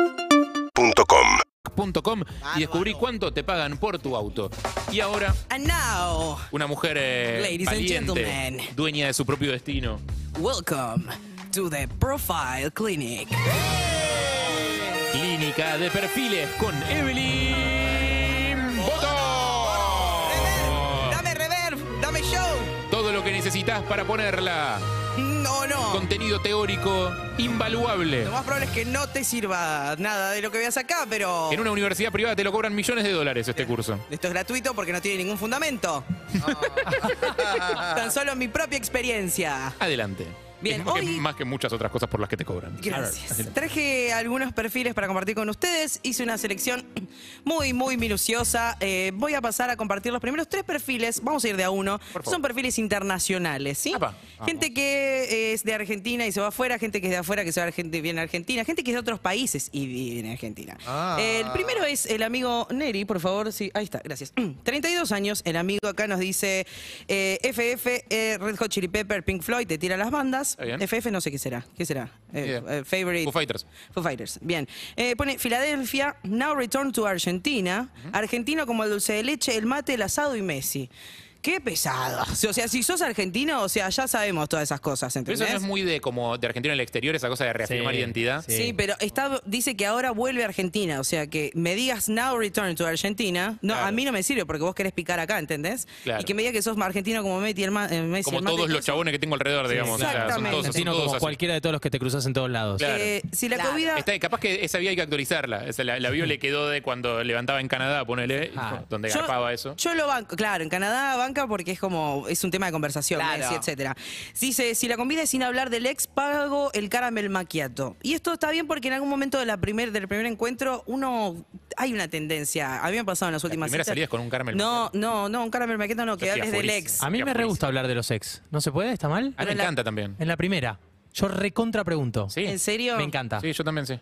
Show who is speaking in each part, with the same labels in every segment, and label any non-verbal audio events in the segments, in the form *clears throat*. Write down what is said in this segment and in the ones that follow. Speaker 1: UrbanaPlayFM.com
Speaker 2: Com y descubrí cuánto te pagan por tu auto. Y ahora,
Speaker 3: And now,
Speaker 2: una mujer eh,
Speaker 3: Ladies and
Speaker 2: valiente,
Speaker 3: gentlemen.
Speaker 2: dueña de su propio destino.
Speaker 3: welcome to the Profile Clinic.
Speaker 2: Clínica de perfiles con Evelyn Boto.
Speaker 3: Dame reverb, dame show.
Speaker 2: Todo lo que necesitas para ponerla.
Speaker 3: No, no.
Speaker 2: Contenido teórico invaluable.
Speaker 3: Lo más probable es que no te sirva nada de lo que veas acá, pero
Speaker 2: En una universidad privada te lo cobran millones de dólares este curso.
Speaker 3: esto es gratuito porque no tiene ningún
Speaker 2: *laughs*
Speaker 3: fundamento. Tan solo mi propia experiencia.
Speaker 2: Adelante.
Speaker 3: Bien,
Speaker 2: Es más que-
Speaker 3: hoy-
Speaker 2: más que muchas otras cosas por las que te cobran.
Speaker 3: Gracias. Traje algunos perfiles para compartir con ustedes. Hice una selección muy, muy minuciosa. Eh, voy a pasar a compartir los primeros tres perfiles. Vamos a ir de a uno. Son perfiles internacionales, ¿sí?
Speaker 2: Apa.
Speaker 3: Gente que es de Argentina y se va afuera, gente que es de afuera que se va a Argentina, viene a Argentina, gente que es de otros países y viene a Argentina.
Speaker 2: Ah.
Speaker 3: El primero es el amigo Neri, por favor. Sí, ahí está, gracias. *clears throat* 32 años, el amigo acá nos dice eh, FF, eh, Red Hot Chili Pepper, Pink Floyd, te tira las bandas.
Speaker 2: Está bien.
Speaker 3: FF no sé qué será. ¿Qué será? Eh,
Speaker 2: Bien.
Speaker 3: eh, favorite.
Speaker 2: Foo Fighters.
Speaker 3: Foo Fighters. Bien. Eh, pone Filadelfia, now return to Argentina. Argentino como el dulce de leche, el mate, el asado y Messi. Qué pesado. *laughs* O sea, si sos argentino, o sea, ya sabemos todas esas cosas,
Speaker 2: Pero
Speaker 3: ¿entendés?
Speaker 2: eso no es muy de como de Argentina en el exterior, esa cosa de reafirmar
Speaker 4: Sí,
Speaker 2: identidad.
Speaker 4: sí.
Speaker 3: Sí, pero está, dice que ahora vuelve a Argentina. O sea, que me digas now return to Argentina. No,
Speaker 2: Claro.
Speaker 3: a mí no me sirve porque vos querés picar acá, ¿entendés?
Speaker 2: Claro.
Speaker 3: Y que me diga que sos argentino como Messi, el ma- eh, Messi,
Speaker 2: Como
Speaker 3: el mate,
Speaker 2: todos los
Speaker 3: entonces-
Speaker 2: chabones que tengo alrededor, digamos. O sea, son
Speaker 3: Exactamente.
Speaker 2: todos, son
Speaker 4: Argentino
Speaker 2: todos
Speaker 4: como
Speaker 2: así.
Speaker 4: cualquiera de todos los que te cruzas en todos lados.
Speaker 2: Claro.
Speaker 3: Eh, si la
Speaker 5: Claro.
Speaker 3: comida
Speaker 2: Está- capaz que esa vía hay que actualizarla. Esa, la, la bio le quedó de cuando levantaba en Canadá, ponele,
Speaker 4: Ah.
Speaker 2: donde
Speaker 3: Yo-
Speaker 2: garpaba eso.
Speaker 3: Yo lo banco, claro, en Canadá banca porque es como, es un tema de conversación,
Speaker 5: Claro.
Speaker 3: Messi, etcétera. Dice, si la convida es sin hablar del ex, pago el caramel maquiato. Y esto está bien porque en algún momento de la primer, del primer encuentro, uno, hay una tendencia, a mí me ha pasado en las últimas
Speaker 2: primeras
Speaker 3: citas-
Speaker 2: salidas con un caramel
Speaker 3: No, no, no, un caramel maquiato no, que
Speaker 2: hacía
Speaker 3: hables del
Speaker 2: purísimo.
Speaker 3: ex.
Speaker 4: A mí me re gusta hablar de los ex. ¿No se puede? ¿Está mal?
Speaker 2: A mí me Ah, encanta también.
Speaker 4: En la primera. Yo recontra pregunto.
Speaker 2: Sí.
Speaker 3: ¿En serio?
Speaker 4: Me encanta.
Speaker 2: Sí, yo también sé.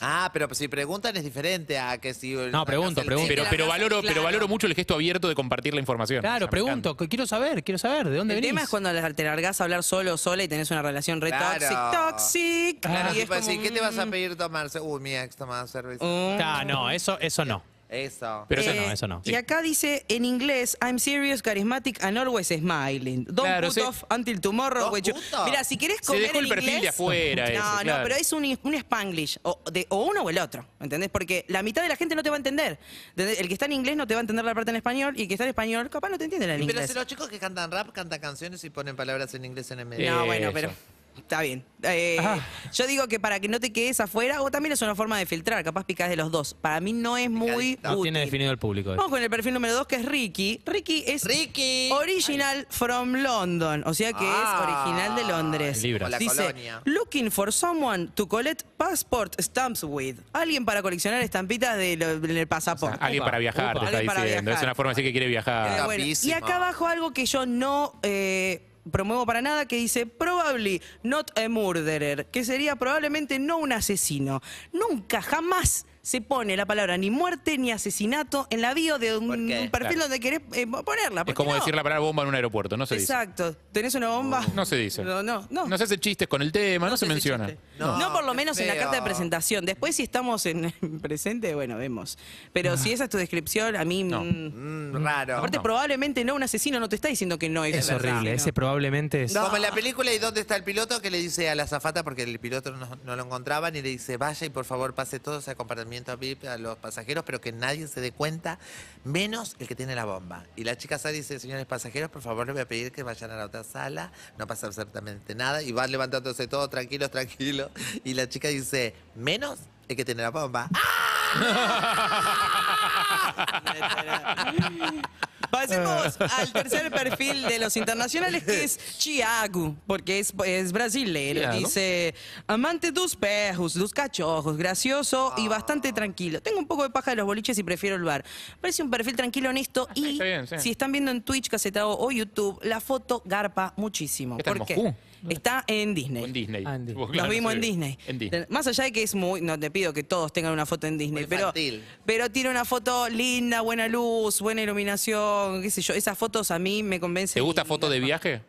Speaker 5: Ah, pero si preguntan es diferente a que si.
Speaker 4: No, pregunto, pregunto.
Speaker 2: Pero,
Speaker 5: la
Speaker 2: pero
Speaker 5: casa-
Speaker 2: valoro,
Speaker 5: claro.
Speaker 2: pero valoro mucho el gesto abierto de compartir la información. O sea,
Speaker 4: Claro,
Speaker 2: me
Speaker 4: pregunto. que Quiero saber, quiero saber. ¿De dónde
Speaker 3: El
Speaker 4: venís?
Speaker 3: tema es cuando las- te largás a hablar solo o sola y tenés una relación re
Speaker 5: Claro.
Speaker 3: toxic, toxic.
Speaker 5: Claro,
Speaker 3: y es
Speaker 5: tipo así,
Speaker 3: como,
Speaker 5: ¿qué te vas a
Speaker 3: mm,
Speaker 5: pedir tomarse? Uy, mi ex tomaba cerveza.
Speaker 3: mm.
Speaker 4: Ah, no, eso, eso no.
Speaker 5: Eso.
Speaker 2: Pero eso
Speaker 3: Eh,
Speaker 4: no, eso no.
Speaker 3: Y acá dice en inglés, I'm serious, charismatic and always smiling. Don't
Speaker 2: Claro,
Speaker 3: put
Speaker 2: sí.
Speaker 3: off until tomorrow.
Speaker 5: Don't
Speaker 3: when you-"
Speaker 5: put off.
Speaker 3: Mira, si querés
Speaker 2: Se
Speaker 3: comer
Speaker 2: dejó
Speaker 3: en
Speaker 2: el perfil de
Speaker 3: inglés-
Speaker 2: afuera
Speaker 3: No,
Speaker 2: ese,
Speaker 3: no,
Speaker 2: claro.
Speaker 3: pero es un, un spanglish. O, de- o uno o el otro, ¿entendés? Porque la mitad de la gente no te va a entender. ¿entendés? El que está en inglés no te va a entender la parte en español y el que está en español capaz no te entiende la en
Speaker 5: Pero
Speaker 3: inglés.
Speaker 5: si los chicos que cantan rap cantan canciones y ponen palabras en inglés en el medio.
Speaker 4: Eh,
Speaker 2: encanta.
Speaker 3: No, bueno,
Speaker 2: Eso.
Speaker 3: pero... Está bien. Eh,
Speaker 2: Ah.
Speaker 3: Yo digo que para que no te quedes afuera, o también es una forma de filtrar, capaz picás de los dos. Para mí no es muy
Speaker 5: No
Speaker 4: No tiene
Speaker 3: útil.
Speaker 4: definido el público.
Speaker 3: Vamos con el perfil número 2, que es Ricky. Ricky es
Speaker 5: Ricky.
Speaker 3: original from London, o sea que
Speaker 5: Ah,
Speaker 3: es original de Londres.
Speaker 4: libras.
Speaker 5: Como la
Speaker 3: Dice,
Speaker 5: colonia.
Speaker 3: looking for someone to collect passport stamps with. Alguien para coleccionar estampitas de lo- del pasaporte.
Speaker 2: Alguien
Speaker 4: Upa,
Speaker 2: para viajar,
Speaker 4: upa.
Speaker 2: te está
Speaker 3: Alguien para
Speaker 2: diciendo. Es
Speaker 3: viajar.
Speaker 2: una forma de decir que quiere
Speaker 3: Eh,
Speaker 2: viajar.
Speaker 3: bueno, y
Speaker 5: Capísimo.
Speaker 3: acá abajo algo que yo no eh, promuevo para nada, que dice probably not a murderer, que sería probablemente no un asesino. Nunca, jamás se pone la palabra ni muerte ni asesinato en la bio de un,
Speaker 5: ¿Por qué?
Speaker 3: un perfil
Speaker 2: Claro.
Speaker 3: donde querés eh, ponerla. ¿por
Speaker 2: es
Speaker 3: qué
Speaker 2: como
Speaker 3: no?
Speaker 2: decir la palabra bomba en un aeropuerto, no se
Speaker 3: Exacto. ¿Tenés una bomba?
Speaker 2: dice. No se dice.
Speaker 3: No, no, no.
Speaker 2: se hace chistes con el tema, no, se,
Speaker 3: hace
Speaker 2: menciona.
Speaker 3: chiste. No,
Speaker 5: No,
Speaker 3: por lo
Speaker 5: qué
Speaker 3: menos en la
Speaker 5: feo.
Speaker 3: carta de presentación. Después, si estamos en *laughs* en presente, bueno, vemos. Pero si esa es tu descripción, a mí.
Speaker 2: No.
Speaker 3: mm,
Speaker 5: Mm, raro.
Speaker 3: Aparte, probablemente no un asesino no te está diciendo que no es,
Speaker 4: Es
Speaker 3: verdad.
Speaker 4: horrible. Ese probablemente es.
Speaker 5: Como en la película ¿Y dónde está el piloto? que le dice a la zafata porque el piloto no, no lo encontraban y le dice, vaya y por favor pase todos a compartimiento VIP a los pasajeros, pero que nadie se dé cuenta, menos el que tiene la bomba. Y la chica sale y dice, señores pasajeros, por favor les voy a pedir que vayan a la otra sala, no pasa absolutamente nada, y van levantándose todos tranquilos, tranquilos. Y la chica dice, menos el que tiene la bomba. ¡Ah!
Speaker 3: *laughs* Pasemos al tercer perfil de los internacionales, que es Chiago, porque es, es brasileño.
Speaker 2: Thiago.
Speaker 3: Dice, amante dos perros, dos cachorros, gracioso y bastante tranquilo. Tengo un poco de paja de los boliches y prefiero el bar. Parece un perfil tranquilo, honesto, y
Speaker 2: Ah, está bien, sí.
Speaker 3: si están viendo en Twitch, Casetado o YouTube, la foto garpa muchísimo.
Speaker 2: ¿Está en
Speaker 3: ¿Por qué?
Speaker 2: Moscú?
Speaker 3: Está en Disney.
Speaker 2: En Disney.
Speaker 4: Ah, en Disney.
Speaker 2: Vos,
Speaker 3: Nos
Speaker 2: claro,
Speaker 3: vimos
Speaker 2: sí.
Speaker 3: en Disney.
Speaker 2: En Disney.
Speaker 3: Más allá de que es muy. No te pido que todos tengan una foto en Disney,
Speaker 5: Muy
Speaker 3: pero,
Speaker 5: infantil.
Speaker 3: pero tiene una foto linda, buena luz, buena iluminación, qué sé yo. Esas fotos a mí me convencen.
Speaker 2: ¿Te gusta
Speaker 3: y-
Speaker 2: foto de viaje?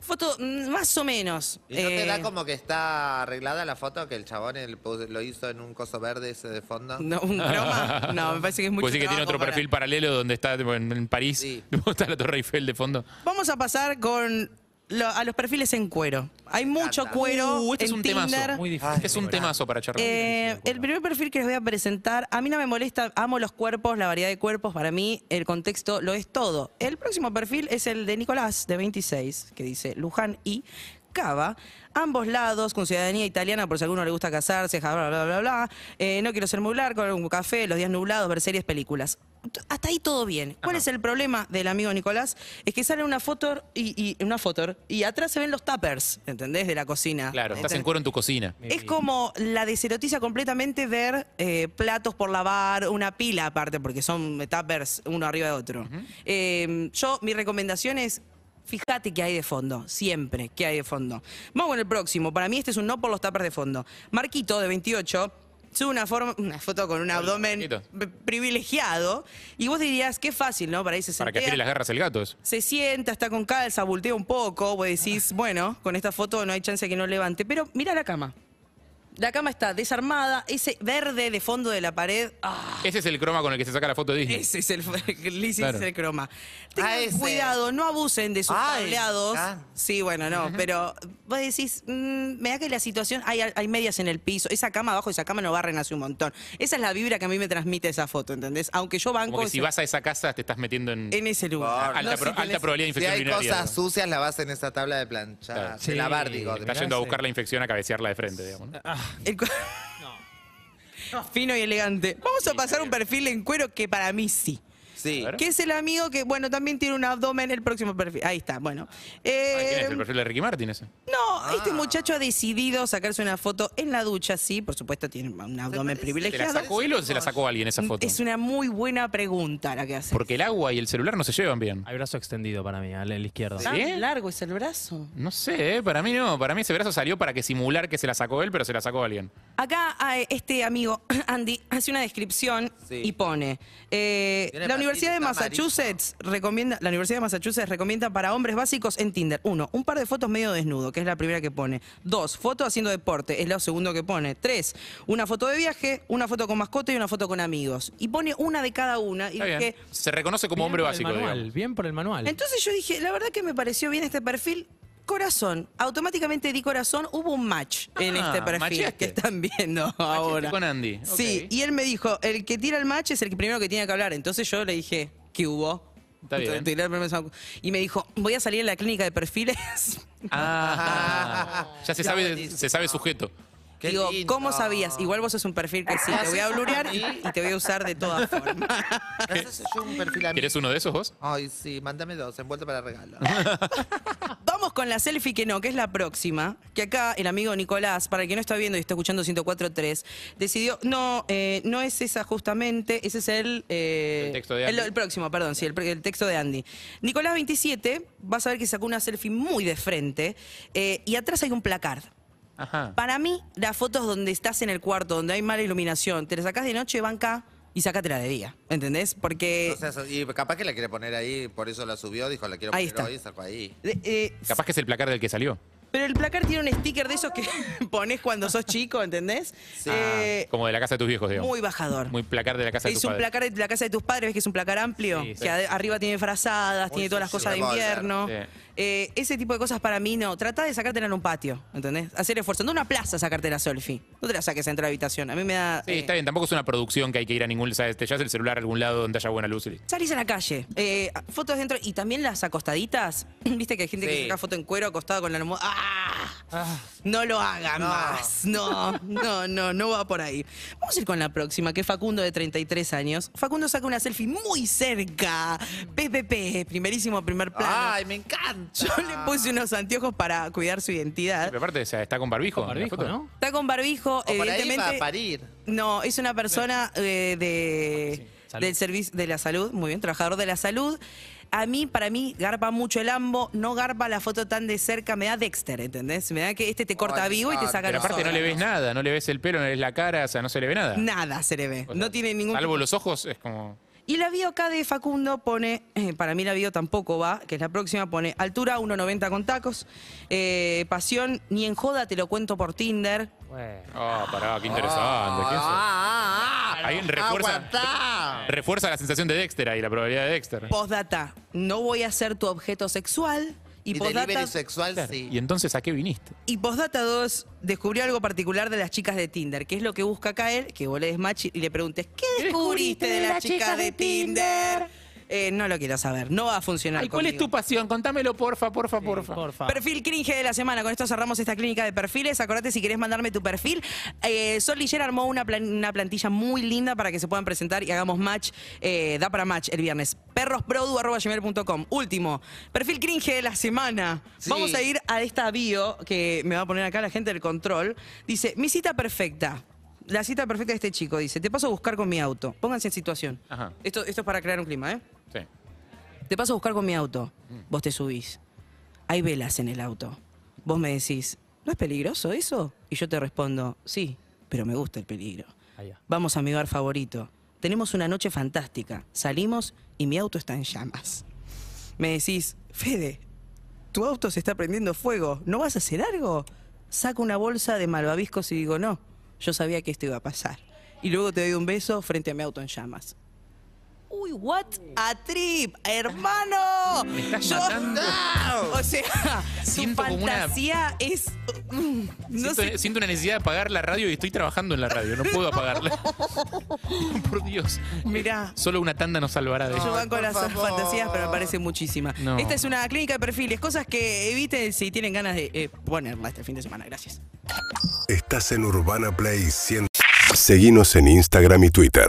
Speaker 3: Foto mm, más o menos.
Speaker 5: ¿Y no te
Speaker 3: eh,
Speaker 5: da como que está arreglada la foto que el chabón el- lo hizo en un coso verde ese de fondo?
Speaker 3: no, un croma?
Speaker 2: *laughs*
Speaker 3: No, me parece que es mucho
Speaker 2: Pues sí que tiene
Speaker 3: trabajo
Speaker 2: otro
Speaker 3: para-
Speaker 2: perfil paralelo donde está tipo, en, en París, *laughs*
Speaker 5: Sí.
Speaker 2: está la Torre Eiffel de fondo.
Speaker 3: Vamos a pasar con lo- a los perfiles en cuero. Hay mucho
Speaker 5: encanta.
Speaker 3: cuero
Speaker 2: Uh, este
Speaker 3: en
Speaker 2: es un
Speaker 3: Tinder.
Speaker 2: temazo. Ah,
Speaker 4: Muy
Speaker 5: Ay,
Speaker 4: difícil.
Speaker 2: es un
Speaker 5: bueno.
Speaker 2: temazo para charlar.
Speaker 3: Eh, el primer perfil que les voy a presentar, a mí no me molesta, amo los cuerpos, la variedad de cuerpos, para mí el contexto lo es todo. El próximo perfil es el de Nicolás, de 26, que dice Luján y Cava, ambos lados, con ciudadanía italiana, por si a alguno le gusta casarse, ja, bla, bla, bla, bla. Eh, no quiero ser muy largo, un café, los días nublados, ver series, películas. T- Hasta ahí todo bien. ¿Cuál es el problema del amigo Nicolás? Es que sale una foto y, y- una foto y atrás se ven los tuppers, ¿entendés? De la cocina.
Speaker 2: Claro, estás en
Speaker 3: ¿Entendés?
Speaker 2: cuero en tu cocina.
Speaker 3: Es como la deserotiza completamente ver eh, platos por lavar, una pila aparte, porque son tuppers uno arriba de otro. Eh, yo, mi recomendación es. Fíjate que hay de fondo, siempre que hay de fondo. Vamos con el próximo. Para mí este es un no por los tuppers de fondo. Marquito, de 28, sube una, forma- una foto con un abdomen
Speaker 2: Marquito.
Speaker 3: p- privilegiado. Y vos dirías, qué fácil, ¿no? Para ahí se
Speaker 2: Para que
Speaker 3: sentea
Speaker 2: tire las garras el gato. eso.
Speaker 3: se sienta, está con calza, voltea un poco, vos decís, bueno, con esta foto no hay chance de que no levante, pero mira la cama. La cama está desarmada, ese verde de fondo de la pared, ah,
Speaker 2: Ese es el croma con el que se saca la foto de Disney.
Speaker 3: ese es el, *laughs* ese
Speaker 2: Claro.
Speaker 3: es el croma. Tengan
Speaker 5: Ah, ese.
Speaker 3: cuidado, no abusen de sus
Speaker 5: Ah, ese,
Speaker 3: tableados.
Speaker 5: ah.
Speaker 3: Sí, bueno, no, pero vos decís, mm, me da que la situación, hay, hay medias en el piso, esa cama abajo, esa cama no barren hace un montón. Esa es la vibra que a mí me transmite esa foto, ¿entendés? Aunque yo banco
Speaker 2: Como que si
Speaker 3: ese-
Speaker 2: vas Ah, a esa casa te estás metiendo en...
Speaker 3: en ese lugar.
Speaker 2: Alta pro- alta probabilidad de
Speaker 5: Si
Speaker 2: infección
Speaker 5: hay
Speaker 2: urinaria,
Speaker 5: cosas
Speaker 2: digamos.
Speaker 5: sucias, la vas en esa tabla de planchar,
Speaker 2: Claro.
Speaker 5: de
Speaker 4: Sí.
Speaker 5: lavar, digo. de-
Speaker 2: Estás yendo a
Speaker 4: Sí.
Speaker 2: buscar la infección a cabecearla de frente, digamos. ¿no? Ah,
Speaker 3: El cu- *laughs* Fino y elegante. Vamos a pasar un perfil en cuero que para mí sí.
Speaker 5: Sí.
Speaker 2: A ver.
Speaker 3: Que es el amigo que, bueno, también tiene un abdomen. El próximo perfil. Ahí está, bueno.
Speaker 2: Ah, ¿Quién es?
Speaker 3: Eh,
Speaker 2: El Ah. perfil de Ricky Martin ese.
Speaker 3: no, este muchacho ha decidido sacarse una foto en la ducha, sí. Por supuesto, tiene un abdomen
Speaker 5: parece-
Speaker 2: ¿Te la
Speaker 3: privilegiado.
Speaker 2: sacó él o se la sacó alguien esa foto?
Speaker 3: Es una muy buena pregunta la que hace.
Speaker 2: Porque el agua y el celular no se llevan bien.
Speaker 4: Hay brazo extendido para mí, al el izquierdo.
Speaker 2: Sí.
Speaker 3: ¿Tan
Speaker 2: ¿Sí?
Speaker 3: largo es el brazo?
Speaker 2: No sé, ¿eh? para mí no. Para mí ese brazo salió para que simular que se la sacó él, pero se la sacó alguien.
Speaker 3: Acá ah, este amigo, *clears throat* Andy, hace una descripción
Speaker 5: Sí.
Speaker 3: y pone, eh,
Speaker 5: Tiene
Speaker 3: la Universidad de
Speaker 5: patita amarilla.
Speaker 3: Massachusetts recomienda, la Universidad de Massachusetts recomienda para hombres básicos en Tinder, uno, un par de fotos medio desnudo, que es la primera que pone, dos, foto haciendo deporte, es la segunda que pone, tres, una foto de viaje, una foto con mascota y una foto con amigos. Y pone una de cada una y
Speaker 2: Está bien.
Speaker 3: dije,
Speaker 2: Se reconoce como hombre
Speaker 4: por el
Speaker 2: básico,
Speaker 4: manual,
Speaker 2: digamos.
Speaker 4: Bien por el manual.
Speaker 3: entonces yo dije, la verdad que me pareció bien este perfil. Corazón, automáticamente di corazón, hubo un match en
Speaker 2: Ah,
Speaker 3: este perfil
Speaker 2: macheaste.
Speaker 3: que están viendo Ah, ahora.
Speaker 2: con Andy,
Speaker 3: Sí,
Speaker 2: ok.
Speaker 3: y él me dijo, el que tira el match es el que primero que tiene que hablar. Entonces yo le dije, ¿qué hubo?
Speaker 2: Está bien.
Speaker 3: Entonces, tiré el primer mensaje. Y me dijo, voy a salir en la clínica de perfiles.
Speaker 2: Ah,
Speaker 3: *laughs*
Speaker 2: ya se
Speaker 5: Está
Speaker 2: sabe,
Speaker 5: buenísimo.
Speaker 2: se sabe sujeto.
Speaker 5: Qué
Speaker 3: Digo,
Speaker 5: lindo.
Speaker 3: ¿cómo sabías? Igual vos sos un perfil que sí, te voy a blurear y, y te voy a usar de todas formas.
Speaker 5: ¿No haces yo un perfil a mí?
Speaker 2: ¿Quieres uno de esos vos?
Speaker 5: Ay, sí, mándame dos, envuelto
Speaker 2: *laughs*
Speaker 5: para regalo.
Speaker 3: Vamos con la selfie que no, que es la próxima. Que acá el amigo Nicolás, para el que no está viendo y está escuchando 104.3, decidió, no, eh, no es esa justamente, ese es el... eh,
Speaker 2: El texto de Andy.
Speaker 3: El, el próximo, perdón, sí, el, pre- el texto de Andy. Nicolás 27, vas a ver que sacó una selfie muy de frente eh, y atrás hay un placard.
Speaker 2: Ajá.
Speaker 3: Para mí, las fotos donde estás en el cuarto, donde hay mala iluminación, te la sacás de noche, banca y sácatela de día, ¿entendés? Porque...
Speaker 5: No seas- y capaz que la quiere poner ahí, por eso la subió, dijo, la quiero
Speaker 3: Ahí
Speaker 5: poner
Speaker 3: está.
Speaker 5: hoy, sacó ahí.
Speaker 3: eh, eh,
Speaker 2: Capaz que es el placar del que salió.
Speaker 3: Pero el placar tiene un sticker de esos que *laughs* pones cuando sos chico, ¿entendés? Eh,
Speaker 2: Ah, Como de la casa de tus viejos, digamos.
Speaker 3: muy bajador.
Speaker 2: Muy placar de la casa de
Speaker 3: es
Speaker 2: tus
Speaker 3: un
Speaker 2: padres.
Speaker 3: placar de la casa de tus padres, ves que es un placar amplio,
Speaker 4: Sí,
Speaker 3: que ade- arriba tiene frazadas,
Speaker 5: Muy
Speaker 3: tiene todas las
Speaker 5: sucio.
Speaker 3: cosas de invierno.
Speaker 5: Revolver.
Speaker 2: Sí.
Speaker 3: Eh, ese tipo de cosas para mí no. Trata de sacártela en un patio, ¿entendés? Hacer esfuerzo. No en una plaza sacarte la selfie. No te la saques dentro de la habitación. A mí me da...
Speaker 2: Sí,
Speaker 3: eh,
Speaker 2: está bien. Tampoco es una producción que hay que ir a ningún... ¿sabes? Te llevas el celular a algún lado donde haya buena luz y listo.
Speaker 3: Salís a la calle, eh, fotos dentro y también las acostaditas. *clears throat* Viste que hay gente que
Speaker 5: Sí.
Speaker 3: saca foto en cuero acostada con la almohada. ¡Ah!
Speaker 4: Ah.
Speaker 3: No lo hagan
Speaker 5: No.
Speaker 3: más. No, no, no, no va por ahí. Vamos a ir con la próxima, que es Facundo de 33 años. Facundo saca una selfie muy cerca. PPP, primerísimo primer plano.
Speaker 5: Ay, me encanta.
Speaker 3: Yo le puse unos anteojos para cuidar su identidad.
Speaker 2: Pero aparte, o sea, está con barbijo.
Speaker 4: Con
Speaker 2: en la
Speaker 4: barbijo,
Speaker 2: foto.
Speaker 4: ¿no?
Speaker 3: Está con barbijo,
Speaker 5: O por ahí va
Speaker 3: evidentemente.
Speaker 5: a parir.
Speaker 3: No, es una persona eh, de,
Speaker 4: salud.
Speaker 3: del servicio de la salud, muy bien, trabajador de la salud. A mí, para mí, garpa mucho el ambo, no garpa la foto tan de cerca, me da Dexter, ¿entendés? Me da que este te corta
Speaker 5: Ay,
Speaker 3: vivo y te
Speaker 5: ah,
Speaker 3: saca
Speaker 2: Pero
Speaker 3: los
Speaker 2: aparte no
Speaker 3: ojos.
Speaker 2: le ves nada, no le ves el pelo, no le ves la cara, o sea, no se le ve nada.
Speaker 3: Nada se le ve,
Speaker 2: O sea,
Speaker 3: no tiene ningún...
Speaker 2: Salvo los ojos, es como...
Speaker 3: Y la bio acá de Facundo pone, eh, para mí la bio tampoco va, que es la próxima, pone altura 1,90 con tacos, eh, pasión, ni en joda te lo cuento por Tinder.
Speaker 1: Bueno.
Speaker 2: Ah, pará, qué interesante. ¿qué es eso?
Speaker 5: Ah, ah, ah.
Speaker 2: Ahí refuerza-
Speaker 5: Aguantá.
Speaker 2: Refuerza la sensación de Dexter ahí, la probabilidad de Dexter.
Speaker 3: Postdata, no voy a ser tu objeto sexual.
Speaker 5: Y,
Speaker 3: Y, postdata,
Speaker 5: delivery sexual, sí.
Speaker 2: ¿Y entonces a qué viniste?
Speaker 3: y postdata 2, descubrí algo particular de las chicas de Tinder, que es lo que busca acá él, que vos le des match y le preguntes, ¿qué descubriste de las chicas de Tinder? Eh, no lo quiero saber, no va a funcionar.
Speaker 2: Ay, ¿cuál es
Speaker 3: conmigo.
Speaker 2: tu pasión? Contámelo, porfa, porfa, porfa.
Speaker 4: Porfa.
Speaker 3: Perfil cringe de la semana. Con esto cerramos esta clínica de perfiles. Acordate si querés mandarme tu perfil. Eh, Sol Lillera armó una, plan- una plantilla muy linda para que se puedan presentar y hagamos match. eh, da para match el viernes. Perrosprodu.com. Último. Perfil cringe de la semana.
Speaker 5: Sí.
Speaker 3: Vamos a ir a esta bio que me va a poner acá la gente del control. Dice, mi cita perfecta. La cita perfecta de este chico dice, te paso a buscar con mi auto. Pónganse en situación.
Speaker 2: Ajá.
Speaker 3: Esto, esto es para crear un clima, ¿eh?
Speaker 2: Sí.
Speaker 3: Te paso a buscar con mi auto. Vos te subís. Hay velas en el auto. Vos me decís, ¿no es peligroso eso? Y yo te respondo, sí, pero me gusta el peligro.
Speaker 4: Ahí va.
Speaker 3: Vamos a mi bar favorito. Tenemos una noche fantástica. Salimos y mi auto está en llamas. Me decís, Fede, tu auto se está prendiendo fuego. ¿No vas a hacer algo? Saco una bolsa de malvaviscos y digo, no, yo sabía que esto iba a pasar. Y luego te doy un beso frente a mi auto en llamas. Uy, what a trip, hermano.
Speaker 2: Me estás matando.
Speaker 3: *laughs* O sea, su
Speaker 2: Siento como una-
Speaker 3: fantasía es mm, no
Speaker 2: siento,
Speaker 3: sé.
Speaker 2: siento una necesidad de apagar la radio y estoy trabajando en la radio. No puedo
Speaker 3: *laughs*
Speaker 2: apagarla. *laughs* Por Dios.
Speaker 3: Mirá.
Speaker 2: Solo una tanda nos salvará de
Speaker 5: No.
Speaker 2: eso.
Speaker 3: Yo banco
Speaker 5: por
Speaker 3: las *laughs*
Speaker 5: favor.
Speaker 3: fantasías, pero me parece muchísima.
Speaker 2: No.
Speaker 3: Esta es una clínica de perfiles, cosas que eviten si tienen ganas de eh, ponerla este fin de semana. Gracias.
Speaker 6: Estás en Urbana Play 100. Seguinos en Instagram y Twitter.